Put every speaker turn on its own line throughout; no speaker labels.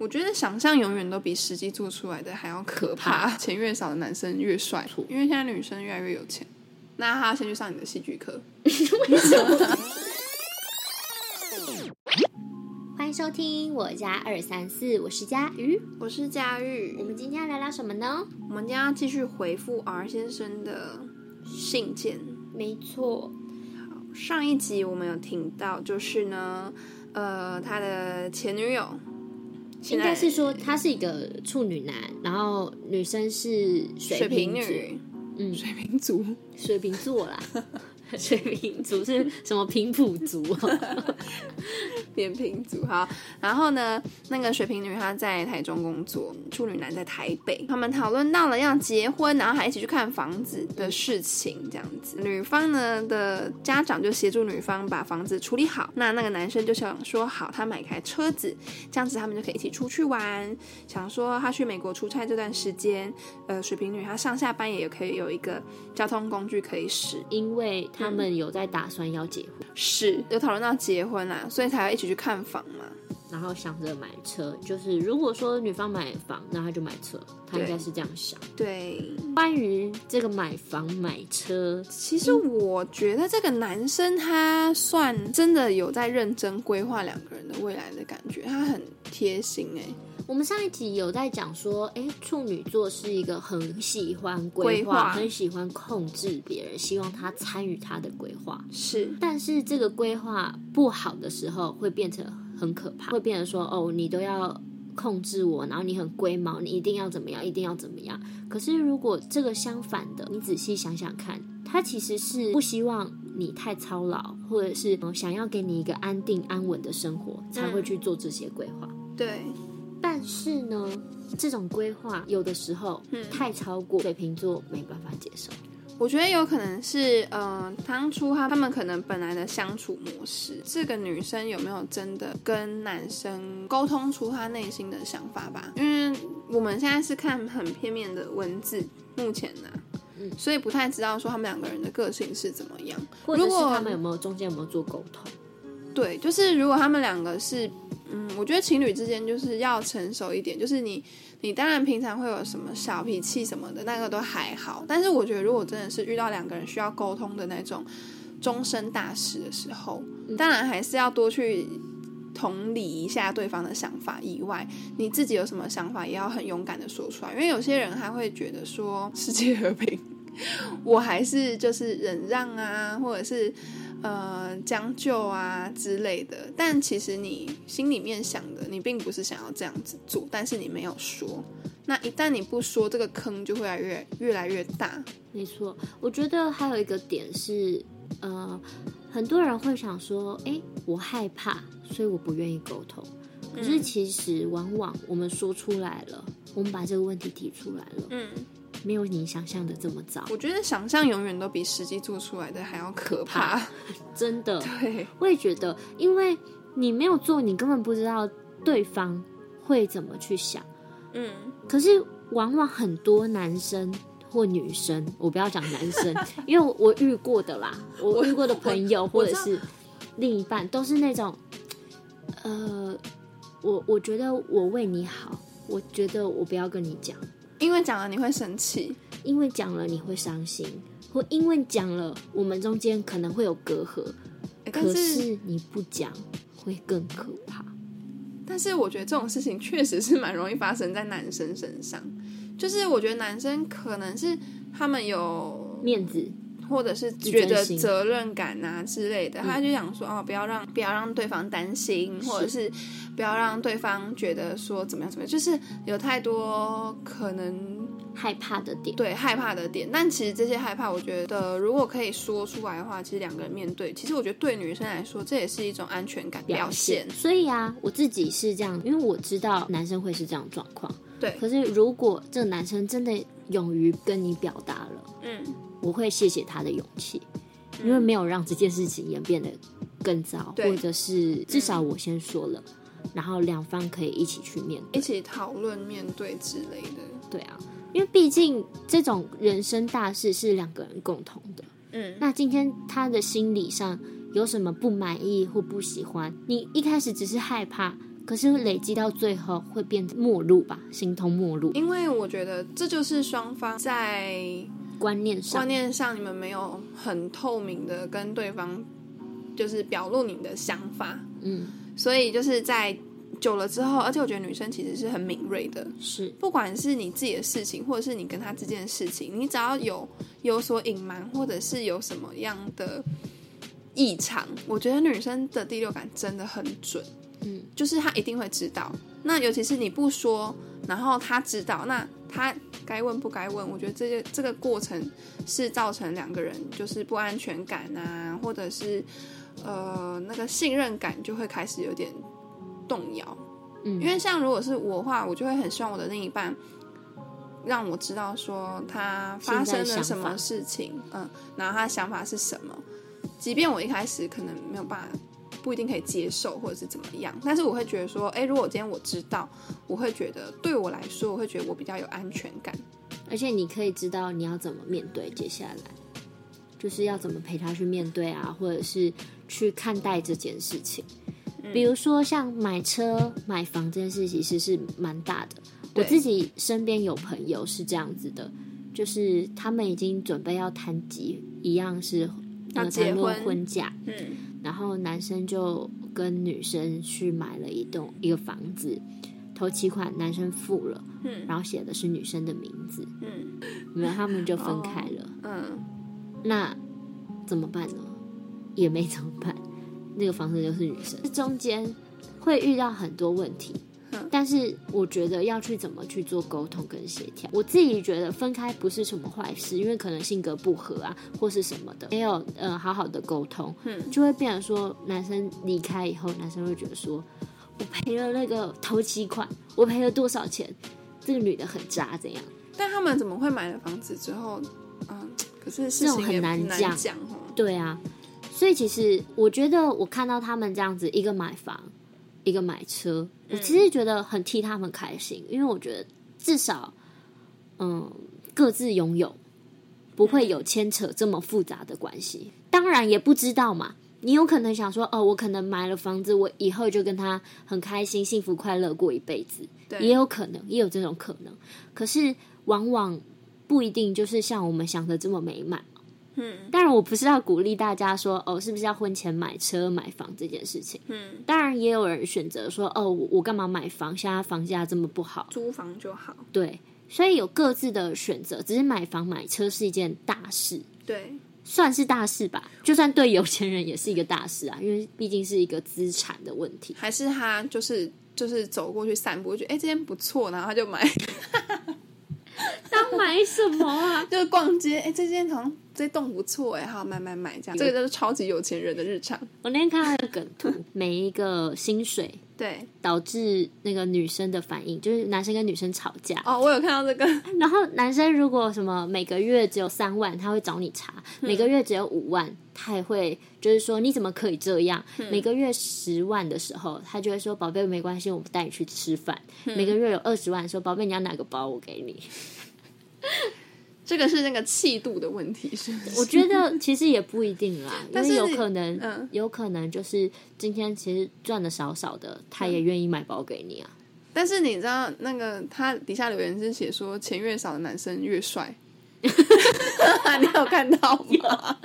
我觉得想象永远都比实际做出来的还要可怕。
可
钱越少的男生越帅，因为现在女生越来越有钱。那他先去上你的戏剧课。
欢迎收听我家二三四，我是佳瑜。
我是佳
我
玉，
们今天要聊聊什么呢？
我们今天要继续回复 R 先生的信件。
没错，
上一集我们有听到，就是呢，呃，他的前女友
应该是说他是一个处女男，然后女生是
水
瓶
瓶
座，
女，
嗯
水瓶族，
水瓶座啦。 水瓶族是什么平埔族、
扁平足好，然后呢，那个水瓶女她在台中工作，处女男在台北。他们讨论到了要结婚，然后还一起去看房子的事情，这样子。女方呢的家长就协助女方把房子处理好，那那个男生就想说好，他买台车子，这样子他们就可以一起出去玩。想说他去美国出差这段时间，呃，水瓶女她上下班也可以有一个交通工具可以使
因为他们有在打算要结婚，
是有讨论到结婚啦，所以才要一起去看房嘛。
然后想着买车。就是如果说女方买房，那他就买车，他应该是这样想。
对，
关于这个买房买车，
其实我觉得这个男生他算真的有在认真规划两个人的未来的感觉，他很贴心哎、
我们上一集有在讲说，哎，处女座是一个很喜欢规
规划
很喜欢控制别人，希望他参与他的规划。
是
但是这个规划不好的时候，会变成很可怕，会变成说，哦，你都要控制我，然后你很龟毛，你一定要怎么样，一定要怎么样。可是如果这个相反的，你仔细想想看，他其实是不希望你太操劳，或者是呃想要给你一个安定安稳的生活，才
嗯
会去做这些规划。
对，
但是呢，这种规划有的时候、太超过水瓶座没办法接受。
我觉得有可能是，呃，当初他他们可能本来的相处模式，这个女生有没有真的跟男生沟通出她内心的想法吧？因为我们现在是看很片面的文字，目前呢、所以不太知道说他们两个人的个性是怎么样。
或者是
如果
他们有没有中间有没有做沟通？
对，就是如果他们两个是，嗯，我觉得情侣之间就是要成熟一点，就是你，你当然平常会有什么小脾气什么的，那个都还好。但是我觉得，如果真的是遇到两个人需要沟通的那种终身大事的时候，当然还是要多去同理一下对方的想法以外，你自己有什么想法也要很勇敢的说出来，因为有些人还会觉得说世界和平， 我还是就是忍让啊，或者是呃将就啊之类的。但其实你心里面想的，你并不是想要这样子做，但是你没有说。那一旦你不说，这个坑就会来越越来越大。
没错，我觉得还有一个点是，呃，很多人会想说，诶，我害怕，所以我不愿意沟通。可是其实往往我们说出来了，我们把这个问题提出来了，
嗯，
没有你想象的这么糟，
我觉得想象永远都比实际做出来的还要可怕。
真的。
对，
我也觉得，因为你没有做，你根本不知道对方会怎么去想。
嗯，
可是往往很多男生或女生，我不要讲男生，因为我我遇过的啦，我遇过的朋友或者是另一半，都是那种，呃，我我觉得我为你好，我觉得我不要跟你讲，
因为讲了你会生气。
因为讲了你会伤心，或因为讲了我们中间可能会有隔阂，
欸但
可
是，
是你不讲会更可怕。
但是我觉得这种事情确实是蛮容易发生在男生身上。就是我觉得男生可能是他们有
面子，
或者是觉得
自尊心
责任感啊之类的，他就想说哦，不要让不要让对方担心，或者是不要让对方觉得说怎么样怎么样，就是有太多可能
害怕的点，
对害怕的点。但其实这些害怕，我觉得如果可以说出来的话，其实两个人面对，其实我觉得对女生来说，这也是一种安全感表现。
所以啊，我自己是这样，因为我知道男生会是这样状况。
对
可是如果这个男生真的勇于跟你表达了，
嗯，
我会谢谢他的勇气，因为没有让这件事情演变得更糟，
对
或者是至少我先说了，然后两方可以一起去面
一
对。
起讨论面对之类的。
对啊，因为毕竟这种人生大事是两个人共同的。
嗯，
那今天他的心理上有什么不满意或不喜欢，你一开始只是害怕，可是累积到最后会变陌路吧，形同陌路，
因为我觉得这就是双方在
观念上
观念上你们没有很透明的跟对方就是表露你们的想法，
嗯，
所以就是在久了之后，而且我觉得女生其实是很敏锐的，
是
不管是你自己的事情，或者是你跟他之间的事情，你只要有有所隐瞒，或者是有什么样的异常，我觉得女生的第六感真的很准，
嗯，
就是她一定会知道。那尤其是你不说，然后她知道，那她该问不该问，我觉得这些这个过程是造成两个人就是不安全感啊，或者是呃那个信任感就会开始有点动摇。
嗯，
因为像如果是我的话，我就会很希望我的另一半让我知道说他发生了什么事情，嗯，然后他的想法是什么。即便我一开始可能没有办法，不一定可以接受或者是怎么样，但是我会觉得说，哎，如果今天我知道，我会觉得对我来说，我会觉得我比较有安全感。
而且你可以知道你要怎么面对接下来，就是要怎么陪他去面对啊，或者是去看待这件事情。
嗯
比如说像买车、买房这件事，其实是蛮大的。我
对
自己身边有朋友是这样子的，就是他们已经准备要谈及一样是
要
呃
结
谈论
婚
婚嫁，
嗯，
然后男生就跟女生去买了一栋一个房子，头期款男生付了，
嗯
然后写的是女生的名字，
嗯
然后他们就分开了。
嗯，
那怎么办呢？也没怎么办，那个房子就是女生，这中间会遇到很多问题。但是我觉得要去怎么去做沟通跟协调，我自己觉得分开不是什么坏事，因为可能性格不合啊，或是什么的，没有呃好好的沟通，
嗯
就会变成说男生离开以后，男生会觉得说我赔了那个头期款，我赔了多少钱，这个女的很渣，怎样？
但他们怎么会买了房子之后，嗯，可是事
这种
情
很
也
难
难
讲
讲哦。
对啊，所以其实我觉得我看到他们这样子，一个买房，一个买车，我其实觉得很替他们开心，因为我觉得至少，嗯，各自拥有，不会有牵扯这么复杂的关系。当然也不知道嘛。你有可能想说，哦，我可能买了房子，我以后就跟他很开心、幸福、快乐过一辈子，
对
也有可能，也有这种可能。可是往往不一定就是像我们想的这么美满。
嗯
当然，我不是要鼓励大家说哦，是不是要婚前买车买房这件事情。
嗯，
当然，也有人选择说哦，我我干嘛买房？现在房价这么不好，
租房就好。
对，所以有各自的选择。只是买房买车是一件大事，
对，
算是大事吧。就算对有钱人也是一个大事啊，因为毕竟是一个资产的问题。
还是他就是就是走过去散步，就觉得哎、这边不错，然后他就买，
要买什么啊？
就是逛街，哎、这间好像这栋不错，哎，好买买买
嗯
这样，这个就是超级有钱人的日常。
我那天看到一个梗图，每一个薪水
对，
导致那个女生的反应，就是男生跟女生吵架。
哦，我有看到这个，
然后男生如果什么每个月只有三万，他会找你查；
嗯
每个月只有五万，他也会就是说你怎么可以这样？
嗯
每个月十万的时候，他就会说宝贝没关系，我带你去吃饭。
嗯
每个月有二十万的时候，宝贝你要哪个包我给 你。
这个是那个气度的问题，是不是
我觉得其实也不一定啦，因
但
为
是
有可能，
嗯
有可能就是今天其实赚的少少的，他
嗯
也愿意买包给你啊。
但是你知道那个他底下留言是写说钱越少的男生越 帅，你有看到吗？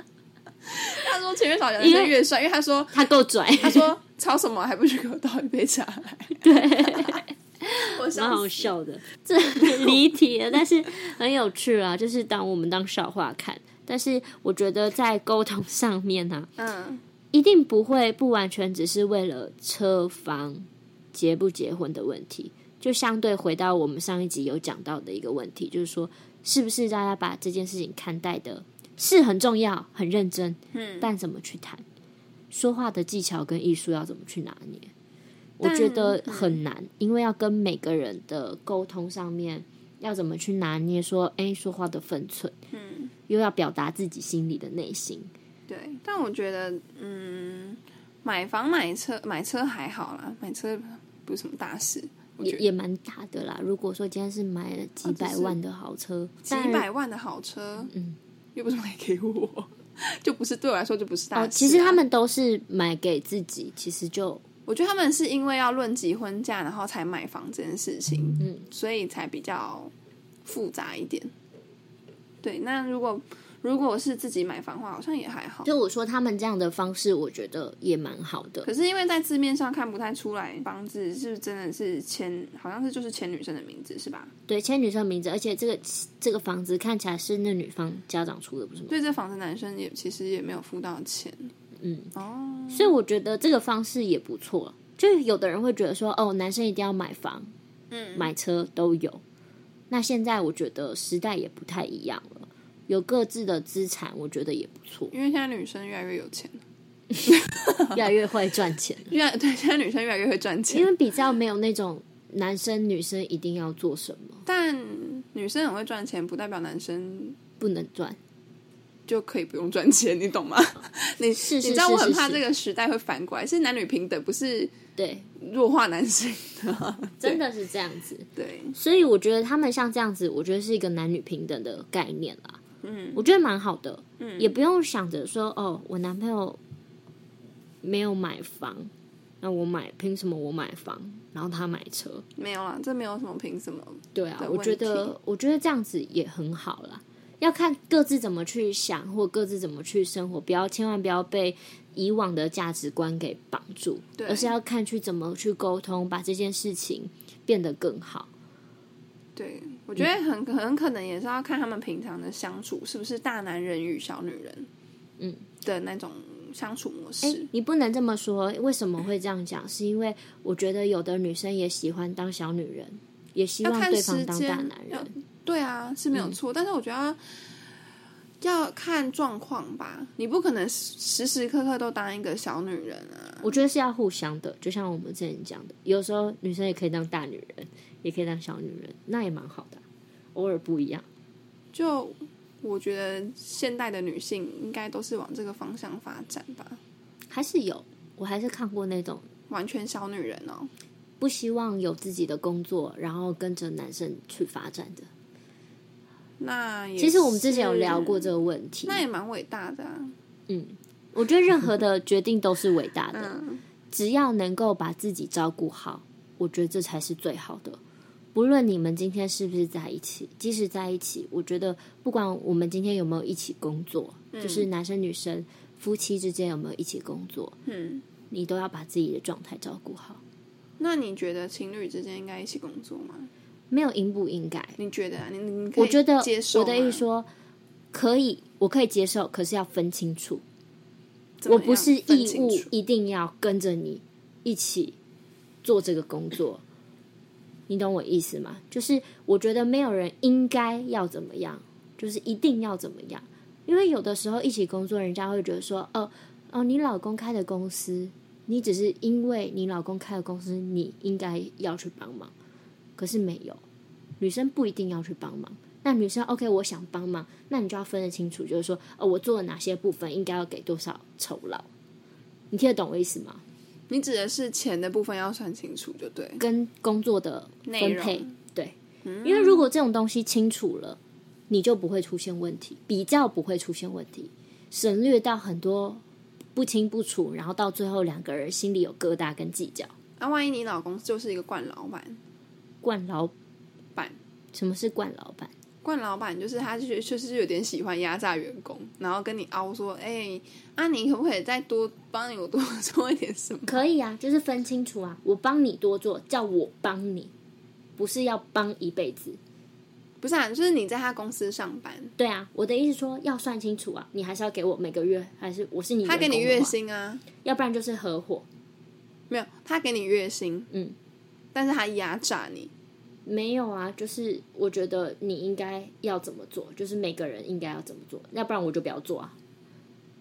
他说钱越少的男生越帅，因为他 说
他够拽，
他说吵什么还不去给我倒一杯茶来？对， 我
蛮
想
好笑的，这离题了，但是很有趣啊， 就是当我们当笑话看。但是我觉得在沟通上面呢、啊，
嗯。
一定不会不完全只是为了车房结不结婚的问题，就相对回到我们上一集有讲到的一个问题，就是说是不是大家把这件事情看待的是很重要、很认真，嗯，但怎么去谈，说话的技巧跟艺术要怎么去拿捏，我觉得
嗯
很难，因为要跟每个人的沟通上面要怎么去拿捏说，诶说话的分寸，嗯，又要表达自己心里的内心，
对，但我觉得，嗯，买房买车买车还好啦，买车不是什么大事，我
也
觉得
也蛮大的啦。如果说今天是买了几百万的豪车，
几
当然哦
百万的好车，嗯，又不是买给 我，就不是对我来说就不是大事、啊
哦，其实他们都是买给自己，其实就
我觉得他们是因为要论及婚嫁，然后才买房这件事情，
嗯，
所以才比较复杂一点。对，那如果如果是自己买房的话，好像也还好。
就我说他们这样的方式，我觉得也蛮好的。
可是因为在字面上看不太出来，房子是真的是签，好像是就是签女生的名字是吧？
对，签女生名字，而且这个这个房子看起来是那女方家长出的，不是吗？
对，这房子男生也其实也没有付到钱。
嗯，
哦，
所以我觉得这个方式也不错。就有的人会觉得说，哦，男生一定要买房、
嗯，，
买车都有。那现在我觉得时代也不太一样了，有各自的资产，我觉得也不错
因为现在女生越来越有 钱，
越来越会赚 钱，
越来对现在女生越来越会赚
因
钱，
为比较没有那种男生女生一定要做什么，
但女生很会赚钱，不代表男生
不能赚。
就可以不用赚钱，你懂吗？你
是是
你知道我很怕
是是
这个时代会反过来，是男女平等，不是
对，
弱化男性的。
真的 是这样子。
对，
所以我觉得他们像这样子，我觉得是一个男女平等的概念啦。
嗯，
我觉得蛮好的，
嗯
也不用想着说哦，我男朋友没有买房，那我买凭什么我买房，然后他买车？
没有啦，这没有什么凭什么。
对啊，
的
我觉
问题
得我觉得这样子也很好啦。要看各自怎么去想，或各自怎么去生活，不要千万不要被以往的价值观给绑住，
对
而是要看去怎么去沟通，把这件事情变得更好。
对，我觉得很很可能也是要看他们平常的相处是不是大男人与小女人，
嗯
的那种相处模式。
哎、你不能这么说。为什么会这样讲？是因为我觉得有的女生也喜欢当小女人，也希望
要看
对方当
时间
大男
要
人。
对啊，是没有
嗯
错，但是我觉得要要看状况吧，你不可能时时刻刻都当一个小女人啊。
我觉得是要互相的，就像我们之前讲的，有时候女生也可以当大女人，也可以当小女人，那也蛮好的啊、偶尔不一样。
就我觉得现代的女性应该都是往这个方向发展吧，
还是有，我还是看过那种
完全小女人哦。
不希望有自己的工作，然后跟着男生去发展的。
那也
其实我们之前有
是
聊过这，个问题。
那也蛮伟大的啊。
嗯，我觉得任何的决定都是伟大的。
嗯，
只要能够把自己照顾好，我觉得这才是最好的。不论你们今天是不是在一起，即使在一起，我觉得不管我们今天有没有一起工作，
嗯
就是男生女生夫妻之间有没有一起工作，
嗯，
你都要把自己的状态照顾好。
那你觉得情侣之间应该一起工作吗？
没有应不应该，
你觉得、啊？你你可以
我觉得
接受啊
我
吗
的意思，说，可以，我可以接受，可是要分清楚，
怎么
我
样
不是
分
义
清
务
楚
一定要跟着你一起做这个工作，你懂我意思吗？就是我觉得没有人应该要怎么样，就是一定要怎么样，因为有的时候一起工作，人家会觉得说，哦哦，你老公开的公司，你只是因为你老公开的公司，你应该要去帮忙，可是没有，女生不一定要去帮忙。那女生 OK，我想帮忙，那你就要分得清楚，就是说，呃，我做了哪些部分，应该要给多少酬劳，你听得懂我意思吗？
你指的是钱的部分要算清楚，就对。
跟工作的
内
分
容嗯
配，对，因为如果这种东西清楚了，你就不会出现问题，比较不会出现问题，省略到很多不清不楚，然后到最后两个人心里有疙瘩跟计较。
那、万一你老公就是一个惯老板，
惯老
板，
什么是惯老板？
惯老板就是他就是就是有点喜欢压榨员工，然后跟你凹说，哎、啊你可不可以再多帮你我多做一点什么？
可以啊，就是分清楚啊，我帮你多做，叫我帮你，不是要帮一辈子。
不是啊，就是你在他公司上班，
对啊，我的意思说要算清楚啊，你还是要给我每个月，还是我是你
他给你
员工的
月
话，
薪啊，
要不然就是合伙，
没有，他给你月薪，
嗯，
但是他压榨你，
没有啊，就是我觉得你应该要怎么做，就是每个人应该要怎么做，要不然我就不要做啊。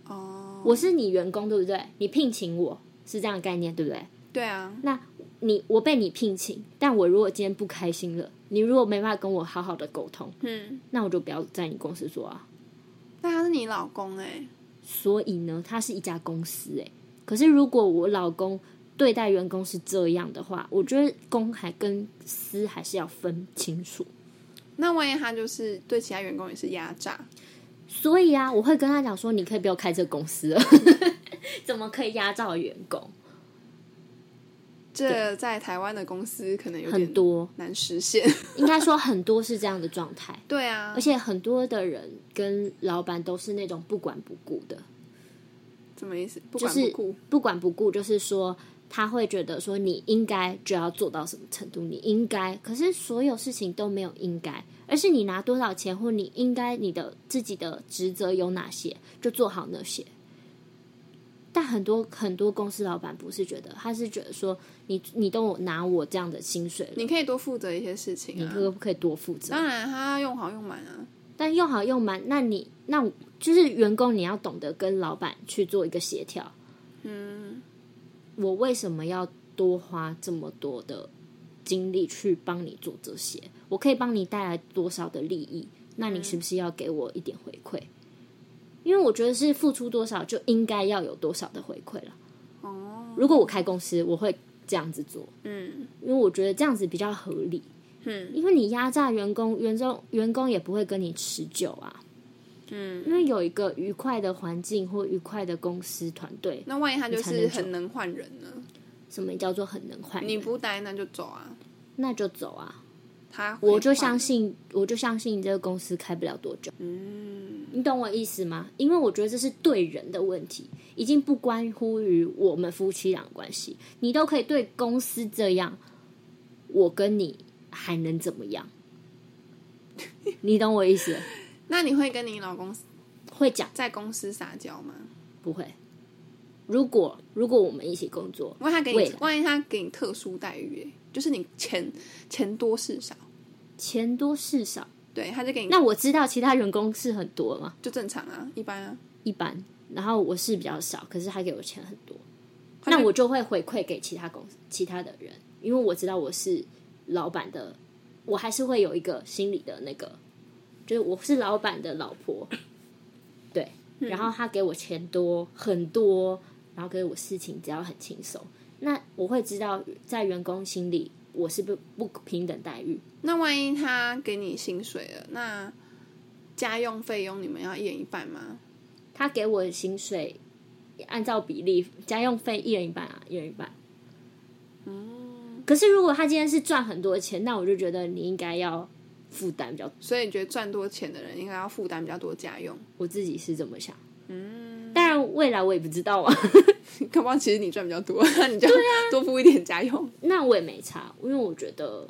哦，
我是你员工，对不对？你聘请我是这样的概念，对不对？
对啊，
那你我被你聘请，但我如果今天不开心了，你如果没办法跟我好好的沟通，
嗯，
那我就不要在你公司做啊。
但他是你老公哎、
所以呢，它是一家公司诶。可是如果我老公对待员工是这样的话，我觉得公还跟私还是要分清楚。
那万一他就是对其他员工也是压榨，
所以啊，我会跟他讲 说，你可以不要开这个公司了，怎么可以压榨员工？
这在台湾的公司可能有
很
点
多，
难实现。
应该说很多是这样的状态。
对啊
而，且很多的人跟老板都是那种不管不顾的，
什么意思？不
就
管
是
不顾，
不管不顾，就是说他会觉得说你应该就要做到什么程度，你应该，可是所有事情都没有应该，而是你拿多少钱或你应该你的自己的职责有哪些，就做好那些。但很多很多公司老板不是觉得，他是觉得说你你都拿我这样的薪水了，
你可以多负责一些事情
你
啊。
可不可以多负责？
当然，他用好用满啊。
但用好用满，那你那我就是员工，你要懂得跟老板去做一个协调。嗯，我为什么要多花这么多的精力去帮你做这些？我可以帮你带来多少的利益？那你是不是要给我一点回馈？因为我觉得是付出多少就应该要有多少的回馈了。哦，如果我开公司，我会这样子做。
嗯
因为我觉得这样子比较合理。
嗯，
因为你压榨员工，员工员工也不会跟你持久啊。
嗯，
因为有一个愉快的环境或愉快的公司团队，
那万一他就
你才能
是
走
很能换人呢？
什么叫做很能换
你
人？
不待那就走啊。
那就走啊！
他
我就
相
相
信，
信，我就相信这个公司开不了多久。
嗯，
你懂我意思吗？因为我觉得这是对人的问题，已经不关乎于我们夫妻俩的关系。你都可以对公司这样，我跟你还能怎么样？你懂我意思？
那你会跟你老公
会讲
在公司撒娇吗？
不会？如果如果我们一起工作，
万一他给
未
你
来，
万一他给你特殊待遇、欸，就是你钱钱多事少，
钱多事少，
对，他就给你
那我知道其他员工是很多嘛，
就正常啊，一般啊。
一般，然后我是比较少，可是他给我钱很多，
他就
那我就会回馈给其他公司其他的人，因为我知道我是老板的，我还是会有一个心里的那个，就是我是老板的老婆，对，
嗯
然后他给我钱多很多，然后给我事情只要很轻松，那我会知道在员工心里我是不不平等待遇，
那万一他给你薪水了，那家用费用你们要一人一半吗？
他给我的薪水按照比例，家用费一人一半啊，一人一半。可是如果他今天是赚很多钱，那我就觉得你应该要负担比较。
所以你觉得赚多钱的人应该要负担比较多家用？
我自己是这么想。嗯，当然未来我也不知道啊，
搞不好其实你赚比较多，那你就多付一点家用。
那我也没差，因为我觉得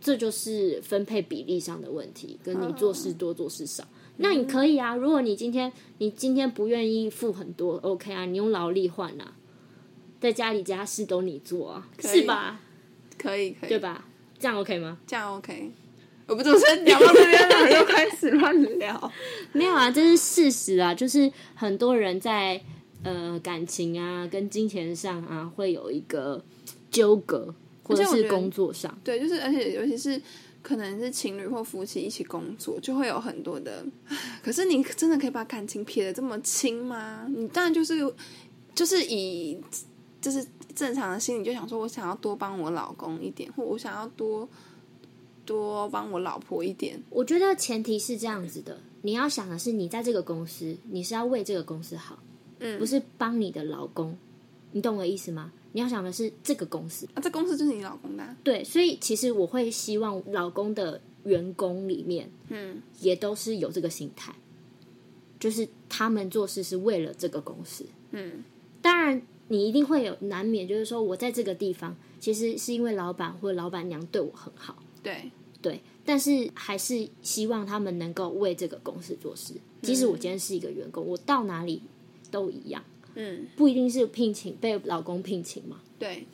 这就是分配比例上的问题，跟你做事多做事少。那你可以啊，如果你今天你今天不愿意付很多，OK 啊，你用劳力换啊，在家里家事都你做啊，
以
是吧？
可以可以，
对？吧？这样 OK 吗？
这样 OK。我们总是聊到这边了，又开始乱聊。
没有啊，这是事实啊，就是很多人在呃感情啊跟金钱上啊会有一个纠葛，或
且
者
我觉
是
得
工作上，
对，就是而且尤其是可能是情侣或夫妻一起工作，就会有很多的。 唉可是你真的可以把感情撇得这么清吗？你当然就是就是以就是正常的心理，就想说我想要多帮我老公一点，或我想要多多帮我老婆一点。
我觉得前提是这样子的，你要想的是，你在这个公司，你是要为这个公司好，
嗯
不是帮你的老公，你懂我意思吗？你要想的是这个公司，
啊，这公司就是你老公的啊、
对，所以其实我会希望老公的员工里面
嗯
也都是有这个心态，就是他们做事是为了这个公司。
嗯，
当然，你一定会有难免，就是说我在这个地方，其实是因为老板或老板娘对我很好，
对，
对，但是还是希望他们能够为这个公司做事。即使我今天是一个员工，我到哪里都一样，
嗯
不一定是聘请被老公聘请嘛，
对，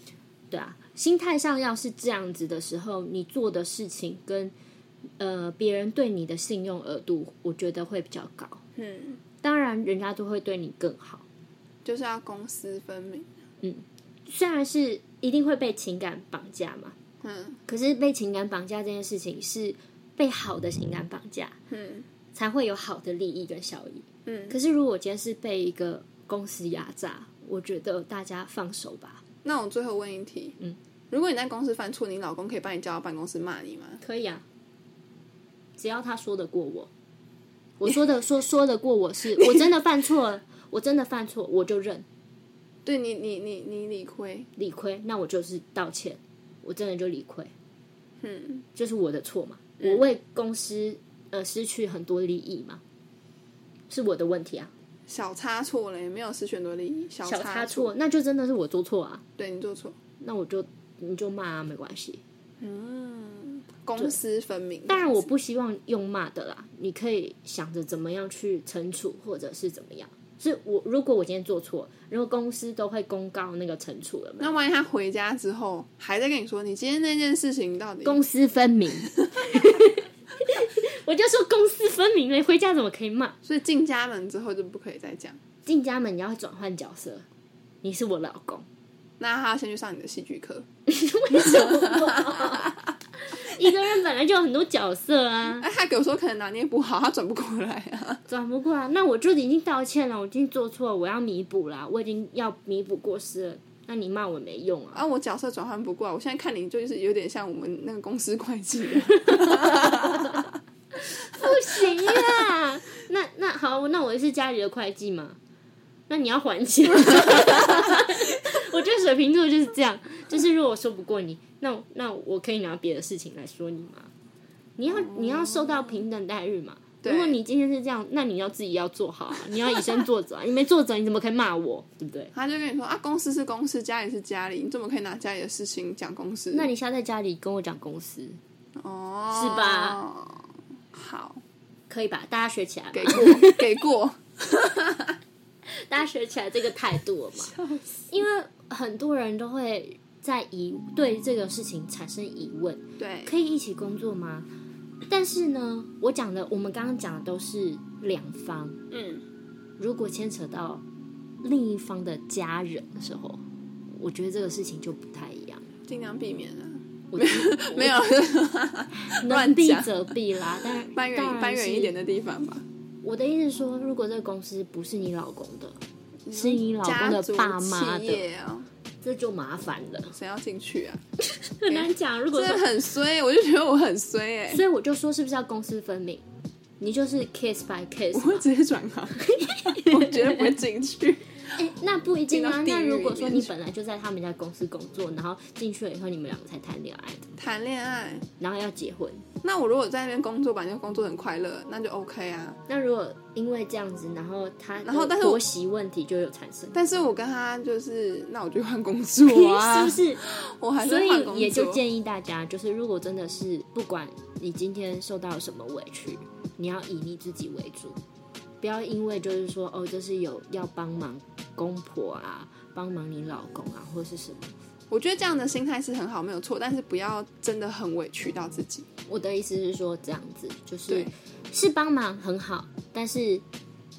对啊，心态上要是这样子的时候，你做的事情跟呃别人对你的信用额度，我觉得会比较高。
嗯，
当然，人家都会对你更好，
就是要公私分明。
虽然是一定会被情感绑架嘛，
嗯
可是被情感绑架这件事情是被好的情感绑架，
嗯
才会有好的利益跟效益。
嗯，
可是如果今天是被一个公司压榨，我觉得大家放手吧，
那我最后问一题，
嗯，
如果你在公司犯错，你老公可以把你叫到办公室骂你吗？
可以啊，只要他说得过我， 我说的说说得过我是，我真的犯错了，我真的犯错我就认，
对你你你你理亏，
理亏，那我就是道歉，我真的就理亏，
嗯，
就是我的错嘛，我为公司呃失去很多利益嘛，是我的问题啊，
小差错了，也没有失选多利益，小
小差
差，
错，那就真的是我做错啊，
对你做错，
那我就你就骂啊，没关系。
公私分明。
当然，我不希望用骂的啦，你可以想着怎么样去惩处，或者是怎么样。是我如果我今天做错，然后公司都会公告那个惩处了嘛，
那万一他回家之后还在跟你说，你今天那件事情到底
公私分 明。我就说公私分明了，回家怎么可以骂？
所以进家门之后就不可以再讲。
进家门你要转换角色，你是我老公，
那他要先去上你的戏剧课，
为什么？一个人本来就有很多角色啊，
哎，他有时候可能拿捏不好，他转不过来啊。
转不过来。那我就已经道歉了，我已经做错了，我要弥补啦，我已经要弥补过失了。那你骂我没用啊，
啊，我角色转换不过来，我现在看你就是有点像我们那个公司会计啊、
不行啦。 那那好，那我是家里的会计嘛，那你要还钱。 我觉得水瓶座就是这样，就是如果我说不过你，那我那我可以拿别的事情来说你嘛。你要你要受到平等待遇嘛。如果你今天是这样，那你要自己要做好、啊，你要以身作则、啊。你没作则，你怎么可以骂我？对不对？
他就跟你说啊，公司是公司，家里是家里，你怎么可以拿家里的事情讲公司？
那你下次在家里跟我讲公司，
哦，
是吧？
好，
可以吧？大家学起来吧
给，过，给 过。
大家学起来这个态 度了嘛。因为很多人都会在疑对这个事情产生疑问，
对，
可以一起工作吗？但是呢，我讲的我们刚刚讲的都是两方，
嗯，
如果牵扯到另一方的家人的时候，我觉得这个事情就不太一样。
尽量避免啊，
我
没 有
能
乱
避
讲
则避啦，但然
搬
当然
远搬远
是
一点的地方吧。
我的意思是说，如果这个公司不是你老公的，是你
嗯
老
家
公的
族
爸妈
企
的，
业啊，
这就麻烦了，
谁要进去 啊？
很难讲。如果
真
说
的，很衰，我就觉得我很衰哎、
所以我就说，是不是要公私分明？你就是 case by
我
case，
会直接转 行，我绝对不会进去。
哎、那不一定啊。
进到地狱
那如果说
里
你
面
本来就在他们家公司工作，然后进去了以后，你们两个才谈恋爱的，
谈恋爱，
然后要结婚，
那我如果在那边工作，本来就工作得很快乐，那就 OK 啊。
那如果因为这样子，然后他
然后但是我
婆媳问题就有产生，
但是我跟他就是，那我就换工作啊，
是不是？
我还是
所
会换工作。
以也就建议大家，就是如果真的是不管你今天受到什么委屈，你要以你自己为主，不要因为就是说哦，就是有要帮忙公婆啊，帮忙你老公啊，或是什么。
我觉得这样的心态是很好，没有错，但是不要真的很委屈到自己。
我的意思是说，这样子就是
对
是帮忙很好，但是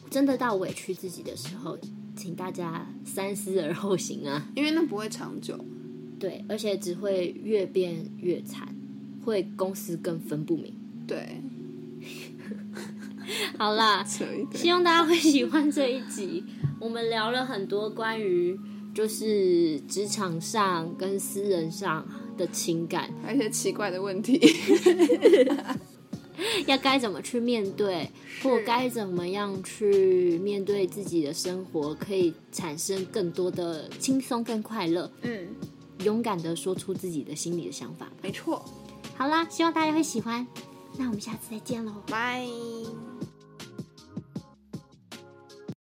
真的到委屈自己的时候，请大家三思而后行啊。
因为那不会长久。
对，而且只会越变越惨，会公私更分不明。
对，
好啦，
扯一堆。
希望大家会喜欢这一集。我们聊了很多关于就是职场上跟私人上的情感，
还有一些奇怪的问题，
要该怎么去面对，或该怎么样去面对自己的生活，可以产生更多的轻松、更快乐。
嗯，
勇敢的说出自己的心里的想法。
没错，
好啦，希望大家会喜欢。那我们下次再见喽。
拜。